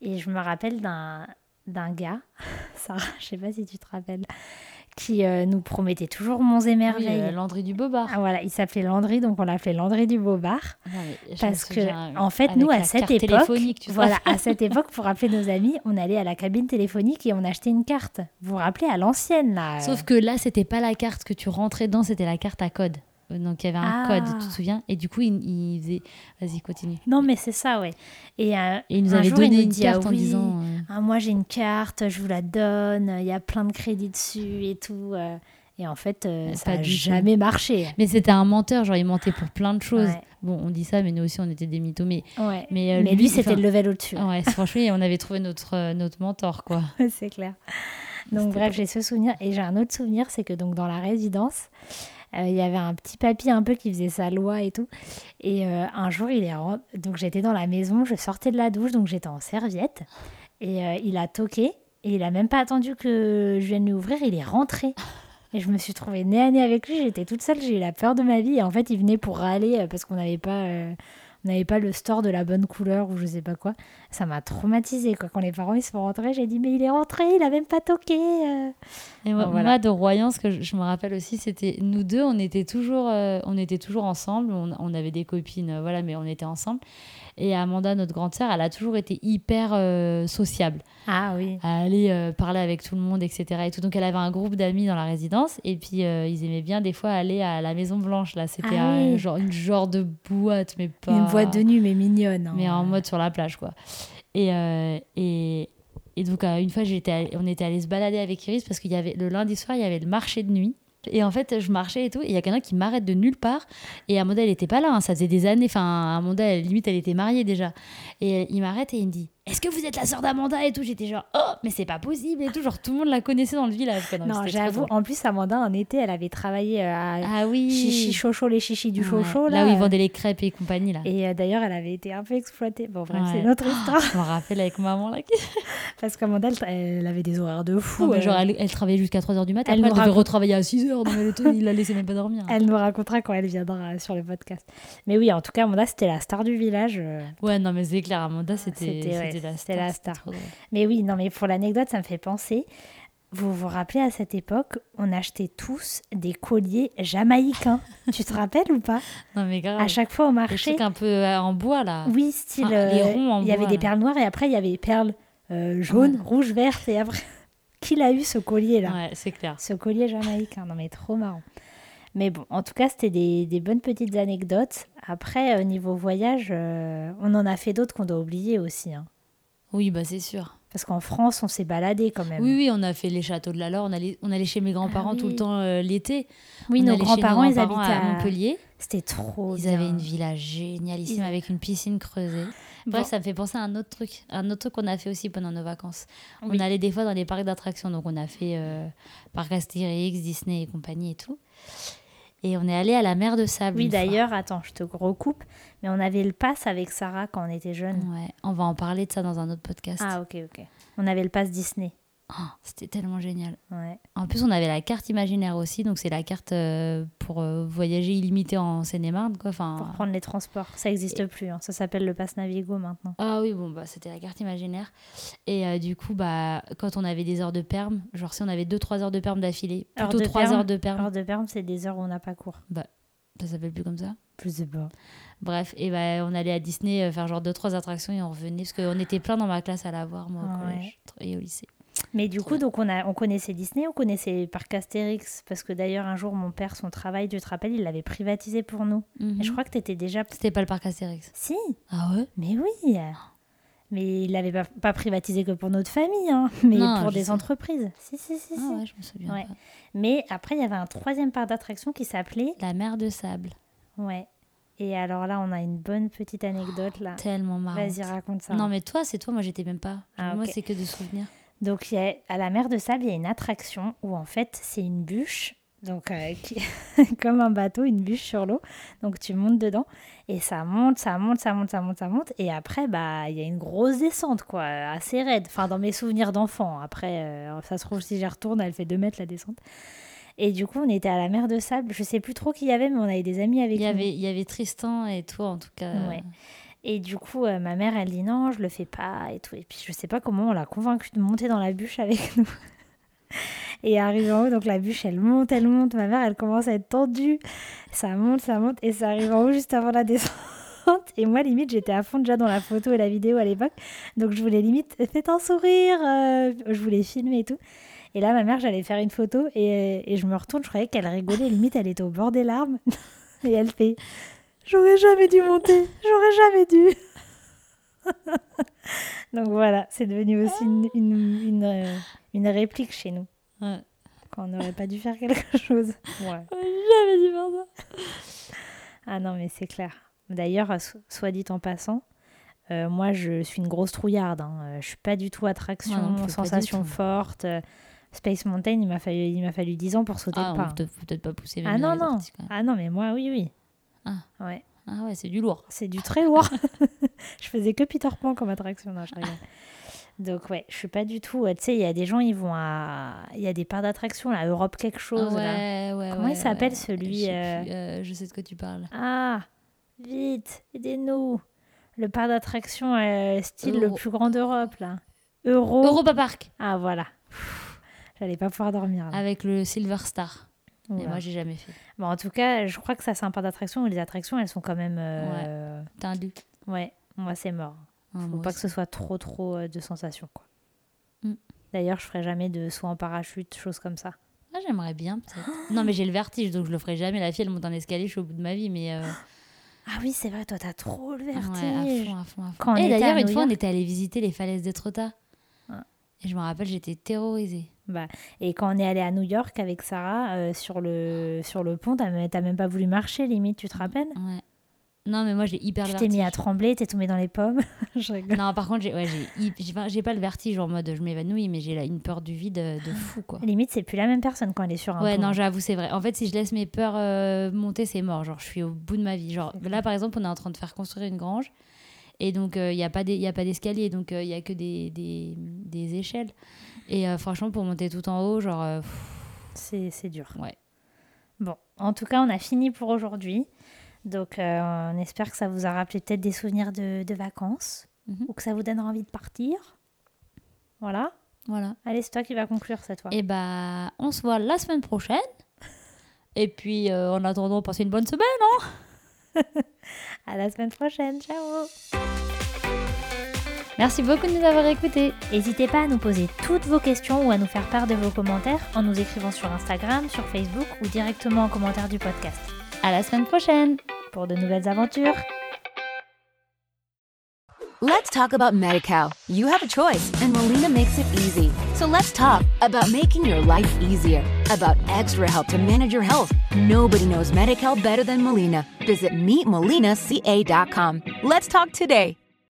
[SPEAKER 3] Et je me rappelle d'un d'un gars, Sarah, je sais pas si tu te rappelles, qui euh, nous promettait toujours Monts et
[SPEAKER 2] Oui,
[SPEAKER 3] Merveilles.
[SPEAKER 2] euh, Landry du Bobard.
[SPEAKER 3] Ah, voilà, il s'appelait Landry, donc on l'appelait Landry du Bobard.
[SPEAKER 2] Non, Ah, mais je
[SPEAKER 3] Parce
[SPEAKER 2] me
[SPEAKER 3] que,
[SPEAKER 2] souviens,
[SPEAKER 3] en fait,
[SPEAKER 2] avec
[SPEAKER 3] nous, à
[SPEAKER 2] la
[SPEAKER 3] cette
[SPEAKER 2] carte
[SPEAKER 3] époque,
[SPEAKER 2] téléphonique, tu sais.
[SPEAKER 3] Voilà, à cette époque, pour appeler nos amis, on allait à la cabine téléphonique et on achetait une carte. Vous vous rappelez à l'ancienne, là euh.
[SPEAKER 2] Sauf que là, c'était pas la carte que tu rentrais dans, c'était la carte à code. Donc il y avait un
[SPEAKER 3] Ah.
[SPEAKER 2] code, tu te souviens Et du coup, il, il faisait. Vas-y, continue.
[SPEAKER 3] Non, mais c'est ça, ouais. Et, euh,
[SPEAKER 2] Et il nous
[SPEAKER 3] un
[SPEAKER 2] avait
[SPEAKER 3] jour,
[SPEAKER 2] donné
[SPEAKER 3] nous
[SPEAKER 2] une
[SPEAKER 3] dit,
[SPEAKER 2] carte
[SPEAKER 3] ah
[SPEAKER 2] en
[SPEAKER 3] oui,
[SPEAKER 2] disant. euh,
[SPEAKER 3] Ah, moi j'ai une carte, je vous la donne, il y a plein de crédits dessus et tout. euh. Et en fait, euh,
[SPEAKER 2] Ouais,
[SPEAKER 3] ça
[SPEAKER 2] pas
[SPEAKER 3] n'a
[SPEAKER 2] du tout.
[SPEAKER 3] jamais marché.
[SPEAKER 2] Mais c'était un menteur, genre il mentait pour plein de choses.
[SPEAKER 3] Ouais.
[SPEAKER 2] Bon, on dit ça, mais nous aussi, on était des mythos. Mais,
[SPEAKER 3] Ouais. Mais,
[SPEAKER 2] mais, euh,
[SPEAKER 3] lui, c'était
[SPEAKER 2] enfin,
[SPEAKER 3] le level au-dessus.
[SPEAKER 2] Ouais, franchement, on avait trouvé notre, euh, notre mentor, quoi.
[SPEAKER 3] c'est clair. Donc
[SPEAKER 2] C'était
[SPEAKER 3] bref, j'ai ce souvenir. Et j'ai un autre souvenir, c'est que donc dans la résidence, euh, il y avait un petit papy un peu qui faisait sa loi et tout. Et euh, un jour, il est ren- donc j'étais dans la maison, je sortais de la douche, donc j'étais en serviette. Et euh, il a toqué et il a même pas attendu que je vienne lui ouvrir, il est rentré. Et je me suis trouvée nez à nez avec lui, j'étais toute seule, j'ai eu la peur de ma vie. Et en fait, il venait pour râler euh, parce qu'on n'avait pas, euh, on n'avait pas le store de la bonne couleur ou je sais pas quoi. Ça m'a traumatisée quoi. Quand les parents ils sont rentrés, j'ai dit mais il est rentré, il a même pas toqué. euh.
[SPEAKER 2] Et moi,
[SPEAKER 3] Bon, voilà.
[SPEAKER 2] moi, de Royan, ce que je, je me rappelle aussi, c'était nous deux, on était toujours, euh, on était toujours ensemble. On, on avait des copines, euh, voilà, mais on était ensemble. Et Amanda, notre grande sœur, elle a toujours été hyper euh, sociable.
[SPEAKER 3] Ah oui.
[SPEAKER 2] à aller euh, parler avec tout le monde, etc. Et tout. Donc elle avait un groupe d'amis dans la résidence et puis euh, ils aimaient bien des fois aller à la Maison Blanche. Là, c'était
[SPEAKER 3] Ah
[SPEAKER 2] un
[SPEAKER 3] oui.
[SPEAKER 2] genre une genre de boîte, mais pas
[SPEAKER 3] Une voix de nu mais mignonne. hein.
[SPEAKER 2] Bah. mais en mode sur la plage quoi. Et euh, et et donc euh, une fois j'étais allée- on était allé se balader avec Iris parce qu'il y avait le lundi soir il y avait le marché de nuit. Et en fait, je marchais et tout, et il y a quelqu'un qui m'arrête de nulle part. Et Amanda, elle était pas là, hein, ça faisait des années. Enfin, Amanda, elle- limite, elle était mariée déjà. Et euh, il m'arrête et il me dit Est-ce que vous êtes la sœur d'Amanda et tout J'étais genre Oh, mais c'est pas possible et tout. Genre, tout le monde la connaissait dans le village. quoi. mais
[SPEAKER 3] Non,
[SPEAKER 2] c'était trop
[SPEAKER 3] j'avoue.
[SPEAKER 2] drôle.
[SPEAKER 3] En plus, Amanda en été, elle avait travaillé euh, à
[SPEAKER 2] Ah oui.
[SPEAKER 3] chichi chocho les chichis du
[SPEAKER 2] Ouais,
[SPEAKER 3] chocho
[SPEAKER 2] là. où ils vendaient les crêpes et compagnie, là.
[SPEAKER 3] Et euh, d'ailleurs, elle avait été un peu exploitée. Bon, bref,
[SPEAKER 2] Ouais. Oh.
[SPEAKER 3] c'est notre histoire.
[SPEAKER 2] Je me rappelle avec maman, là.
[SPEAKER 3] Parce qu'Amanda, elle, elle avait des horaires de fou.
[SPEAKER 2] Non, mais
[SPEAKER 3] euh.
[SPEAKER 2] genre, elle, elle travaillait jusqu'à 3h du matin.
[SPEAKER 3] Elle
[SPEAKER 2] Elle,
[SPEAKER 3] nous
[SPEAKER 2] elle devait
[SPEAKER 3] raconte-
[SPEAKER 2] retravailler à 6h, donc elle était- il la laissait même pas dormir.
[SPEAKER 3] Elle nous racontera quand elle viendra sur le podcast. Mais oui, en tout cas, Amanda, c'était la star du village. euh.
[SPEAKER 2] Ouais, non, mais c'est clair, Amanda, c'était
[SPEAKER 3] Ah, C'était, ouais,
[SPEAKER 2] c'était la
[SPEAKER 3] c'était
[SPEAKER 2] star.
[SPEAKER 3] la
[SPEAKER 2] c'était
[SPEAKER 3] star.
[SPEAKER 2] trop drôle.
[SPEAKER 3] Mais oui, non, mais pour l'anecdote, ça me fait penser. Vous vous rappelez, à cette époque, on achetait tous des colliers jamaïcains. tu te rappelles ou pas
[SPEAKER 2] Non, mais grave.
[SPEAKER 3] À chaque fois au
[SPEAKER 2] Le
[SPEAKER 3] marché.
[SPEAKER 2] truc un peu euh, en bois, là.
[SPEAKER 3] Oui, style.
[SPEAKER 2] Enfin, les
[SPEAKER 3] euh,
[SPEAKER 2] ronds en
[SPEAKER 3] il y avait
[SPEAKER 2] bois,
[SPEAKER 3] des
[SPEAKER 2] là.
[SPEAKER 3] perles noires et après, il y avait des perles euh, jaunes, rouges, vertes. Et après, qui l'a eu ce collier-là
[SPEAKER 2] Ouais, c'est clair.
[SPEAKER 3] Ce collier jamaïcain, non mais trop marrant. Mais bon, en tout cas, c'était des, des bonnes petites anecdotes. Après, au niveau voyage, euh, on en a fait d'autres qu'on doit oublier aussi. hein.
[SPEAKER 2] Oui, bah, c'est sûr.
[SPEAKER 3] Parce qu'en France, on s'est baladé quand même.
[SPEAKER 2] Oui, oui, on a fait les châteaux de la Laure. On allait, on allait chez mes grands-parents
[SPEAKER 3] Euh, Ah oui.
[SPEAKER 2] tout le temps euh, l'été.
[SPEAKER 3] Oui,
[SPEAKER 2] On
[SPEAKER 3] nos
[SPEAKER 2] allait chez
[SPEAKER 3] grands-parents, ils
[SPEAKER 2] grands-parents
[SPEAKER 3] habitaient
[SPEAKER 2] à Montpellier.
[SPEAKER 3] C'était trop
[SPEAKER 2] Ils
[SPEAKER 3] bien.
[SPEAKER 2] avaient une villa génialissime
[SPEAKER 3] Ils-
[SPEAKER 2] avec une piscine creusée. Bref, ça me fait penser à un autre truc, un autre truc qu'on a fait aussi pendant nos vacances.
[SPEAKER 3] Oui.
[SPEAKER 2] On allait des fois dans les parcs d'attractions, donc on a fait euh, parc Astérix, Disney et compagnie et tout. Et on est allé à la mer de sable.
[SPEAKER 3] Oui,
[SPEAKER 2] une fois.
[SPEAKER 3] d'ailleurs, attends, je te recoupe, mais on avait le pass avec Sarah quand on était jeune.
[SPEAKER 2] Ouais, on va en parler de ça dans un autre podcast.
[SPEAKER 3] Ah, ok, ok. On avait le pass Disney.
[SPEAKER 2] Oh, C'était tellement génial.
[SPEAKER 3] Ouais.
[SPEAKER 2] En plus, on avait la carte imaginaire aussi, donc c'est la carte euh, pour euh, voyager illimité en Seine-et-Marne, quoi. Enfin,
[SPEAKER 3] Pour prendre les transports. Ça n'existe plus. hein. Ça s'appelle le pass Navigo maintenant.
[SPEAKER 2] Ah oui, bon, bah, c'était la carte imaginaire. Et euh, du coup, bah, quand on avait des heures de perm, genre si on avait 2-3 heures de perm d'affilée,
[SPEAKER 3] Heures
[SPEAKER 2] plutôt
[SPEAKER 3] de
[SPEAKER 2] 3
[SPEAKER 3] perm,
[SPEAKER 2] heures de perm,
[SPEAKER 3] Heure de perm, c'est des heures où on n'a pas cours.
[SPEAKER 2] ça s'appelle plus comme ça.
[SPEAKER 3] Plus de bord.
[SPEAKER 2] Bref, et bah, on allait à Disney euh, faire genre 2-3 attractions et on revenait, parce qu'on était plein dans ma classe à la voir, moi, au
[SPEAKER 3] Ah ouais.
[SPEAKER 2] collège et au lycée.
[SPEAKER 3] Mais du
[SPEAKER 2] Trop
[SPEAKER 3] coup, donc on, a, on connaissait Disney, on connaissait les parcs Astérix, parce que d'ailleurs, un jour, mon père, son travail, tu te rappelles, il l'avait privatisé pour nous. Et je
[SPEAKER 2] Mhm.
[SPEAKER 3] crois que t'étais déjà.
[SPEAKER 2] C'était pas le parc Astérix.
[SPEAKER 3] Si,
[SPEAKER 2] Ah ouais
[SPEAKER 3] mais oui Mais il l'avait pas, pas privatisé que pour notre famille, hein, mais
[SPEAKER 2] Non,
[SPEAKER 3] pour
[SPEAKER 2] je
[SPEAKER 3] des
[SPEAKER 2] sais.
[SPEAKER 3] entreprises. Si, si, si. si.
[SPEAKER 2] Ah ouais, je me souviens
[SPEAKER 3] Ouais.
[SPEAKER 2] pas.
[SPEAKER 3] Mais après, il y avait un troisième parc d'attraction qui s'appelait.
[SPEAKER 2] La mer de sable,
[SPEAKER 3] Ouais. Et alors là, on a une bonne petite anecdote là.
[SPEAKER 2] tellement marrant.
[SPEAKER 3] Ah. Vas-y, raconte ça.
[SPEAKER 2] Ah, Non, mais toi, c'est toi, moi j'étais même pas.
[SPEAKER 3] Ah,
[SPEAKER 2] Moi,
[SPEAKER 3] ok.
[SPEAKER 2] c'est que des souvenirs.
[SPEAKER 3] Donc, il y a- à la mer de sable, il y a une attraction où en fait, c'est une bûche. Donc, euh, qui- comme un bateau, une bûche sur l'eau. Donc, tu montes dedans et ça monte, ça monte, ça monte, ça monte, ça monte. Et après, bah, il y a une grosse descente, quoi, assez raide. Enfin, dans mes souvenirs d'enfant. Après, euh, ça se trouve, si j'y retourne, elle fait 2 mètres la descente. Et du coup, on était à la mer de sable. Je sais plus trop qui y avait, mais on avait des amis avec
[SPEAKER 2] Il y,
[SPEAKER 3] nous.
[SPEAKER 2] avait, il y avait Tristan et toi, en tout cas. euh,
[SPEAKER 3] Ouais. Et du coup, euh, ma mère, elle dit non, je le fais pas et tout. Et puis, je sais pas comment on l'a convaincue de monter dans la bûche avec nous. Et arrive en haut, donc la bûche, elle monte, elle monte. Ma mère, elle commence à être tendue. Ça monte, ça monte. Et ça arrive en haut juste avant la descente. Et moi, limite, j'étais à fond déjà dans la photo et la vidéo à l'époque. Donc, je voulais limite, faites un sourire. euh, je voulais filmer et tout. Et là, ma mère, j'allais faire une photo et, et je me retourne. Je croyais qu'elle rigolait. Limite, elle était au bord des larmes. Et elle fait J'aurais jamais dû monter, j'aurais jamais dû. Donc voilà, c'est devenu aussi une, une, une, euh, une réplique chez nous,
[SPEAKER 2] ouais.
[SPEAKER 3] quand on n'aurait pas dû faire quelque chose. Ouais.
[SPEAKER 2] J'avais Ah, dit faire ça.
[SPEAKER 3] Ah non, mais c'est clair. D'ailleurs, euh, so- soit dit en passant, euh, moi je suis une grosse trouillarde. hein. Euh, Je suis pas du tout attraction,
[SPEAKER 2] Moi non plus, pas du
[SPEAKER 3] sensation
[SPEAKER 2] tout.
[SPEAKER 3] forte. Euh, Space Mountain, il m'a fallu, il m'a fallu 10 ans pour sauter
[SPEAKER 2] Ah,
[SPEAKER 3] le
[SPEAKER 2] on
[SPEAKER 3] pas. hein.
[SPEAKER 2] peut peut peut-être pas pousser.
[SPEAKER 3] Ah
[SPEAKER 2] même
[SPEAKER 3] non,
[SPEAKER 2] les
[SPEAKER 3] non.
[SPEAKER 2] artistes, quand même.
[SPEAKER 3] Ah non, mais moi, oui, oui.
[SPEAKER 2] Ah.
[SPEAKER 3] Ouais.
[SPEAKER 2] Ah ouais, c'est du lourd.
[SPEAKER 3] C'est du très lourd. je faisais que Peter Pan comme attraction. Non, je rigole. Donc ouais, je suis pas du tout. euh, tu sais, il y a des gens, ils vont à, il y a des parcs d'attractions là, Europe quelque chose
[SPEAKER 2] Ah
[SPEAKER 3] là.
[SPEAKER 2] ouais, ouais,
[SPEAKER 3] Comment il
[SPEAKER 2] ouais,
[SPEAKER 3] s'appelle,
[SPEAKER 2] ouais.
[SPEAKER 3] celui,
[SPEAKER 2] je sais,
[SPEAKER 3] euh,
[SPEAKER 2] plus, euh, je sais de quoi tu parles.
[SPEAKER 3] Ah, vite, aidez-nous. Le parc d'attractions euh, style le
[SPEAKER 2] Euro-
[SPEAKER 3] plus grand d'Europe là. Euro.
[SPEAKER 2] Europa Park
[SPEAKER 3] Ah voilà. Pff, J'allais pas pouvoir dormir. Là.
[SPEAKER 2] avec le Silver Star. Ah, Mais
[SPEAKER 3] Oula.
[SPEAKER 2] moi, j'ai jamais fait.
[SPEAKER 3] Bon, en tout cas, je crois que ça c'est un parc d'attractions où les attractions elles sont quand même. euh,
[SPEAKER 2] T'as un lu
[SPEAKER 3] ouais. Moi c'est mort.
[SPEAKER 2] Ah,
[SPEAKER 3] Faut
[SPEAKER 2] moi
[SPEAKER 3] pas que
[SPEAKER 2] aussi.
[SPEAKER 3] ce soit trop trop euh, de sensations quoi.
[SPEAKER 2] Mm.
[SPEAKER 3] D'ailleurs, je ferai jamais de saut en parachute, choses comme ça.
[SPEAKER 2] Ah, j'aimerais bien. peut-être. non, mais j'ai le vertige, donc je le ferai jamais. La fille, elle monte un escalier, je suis au bout de ma vie. Mais euh, ah
[SPEAKER 3] Ah oui, c'est vrai, toi t'as trop le
[SPEAKER 2] ouais, à
[SPEAKER 3] Ah, vertige.
[SPEAKER 2] fond, à fond, à fond.
[SPEAKER 3] Quand on
[SPEAKER 2] Et
[SPEAKER 3] était à
[SPEAKER 2] d'ailleurs, une
[SPEAKER 3] New
[SPEAKER 2] fois, on
[SPEAKER 3] York-
[SPEAKER 2] était allé visiter les falaises d'Etrota.
[SPEAKER 3] Ouais.
[SPEAKER 2] Et je me rappelle, j'étais terrorisée.
[SPEAKER 3] Bah, et quand on est allé à New York avec Sarah euh, sur le sur le pont, t'as même, t'as même pas voulu marcher limite, tu te rappelles
[SPEAKER 2] Ouais. Non, mais moi, j'ai hyper
[SPEAKER 3] Tu
[SPEAKER 2] le
[SPEAKER 3] t'es
[SPEAKER 2] vertige.
[SPEAKER 3] mis à trembler, t'es tombé dans les pommes. je rigole.
[SPEAKER 2] Non, par contre, j'ai ouais, j'ai hy- j'ai pas- j'ai pas le vertige en mode je m'évanouis, mais j'ai là une peur du vide euh, de fou, quoi.
[SPEAKER 3] Limite, c'est plus la même personne quand elle est sur un hein.
[SPEAKER 2] Ouais,
[SPEAKER 3] pont.
[SPEAKER 2] non, j'avoue, c'est vrai. En fait, si je laisse mes peurs euh, monter, c'est mort. Genre, je suis au bout de ma vie. Genre,
[SPEAKER 3] C'est
[SPEAKER 2] là, par exemple, on est en train de faire construire une grange. Et donc, il n'y a pas des- y a pas d'escalier. Donc, il n'y a que des, des, des échelles. Et euh, franchement, pour monter tout en haut, genre. euh, pff,
[SPEAKER 3] c'est c'est dur.
[SPEAKER 2] Ouais.
[SPEAKER 3] Bon, en tout cas, on a fini pour aujourd'hui. Donc, euh, on espère que ça vous a rappelé peut-être des souvenirs de, de vacances
[SPEAKER 2] Mhm.
[SPEAKER 3] ou que ça vous donnera envie de partir. Voilà.
[SPEAKER 2] voilà.
[SPEAKER 3] Allez, c'est toi qui vas conclure cette fois.
[SPEAKER 2] Et bah, on se voit la semaine prochaine. Et puis, euh, en attendant, passez une bonne semaine. hein.
[SPEAKER 3] À la semaine prochaine. Ciao.
[SPEAKER 2] Merci beaucoup de nous avoir écoutés.
[SPEAKER 3] N'hésitez pas à nous poser toutes vos questions ou à nous faire part de vos commentaires en nous écrivant sur Instagram, sur Facebook ou directement en commentaire du podcast
[SPEAKER 2] À la semaine prochaine.
[SPEAKER 3] pour de nouvelles aventures.
[SPEAKER 1] Let's talk about Medi-Cal. You have a choice, and Molina makes it easy. So let's talk about making your life easier, about extra help to manage your health. Nobody knows Medi-Cal better than Molina. Visit meetmolinaca.com. Let's talk today.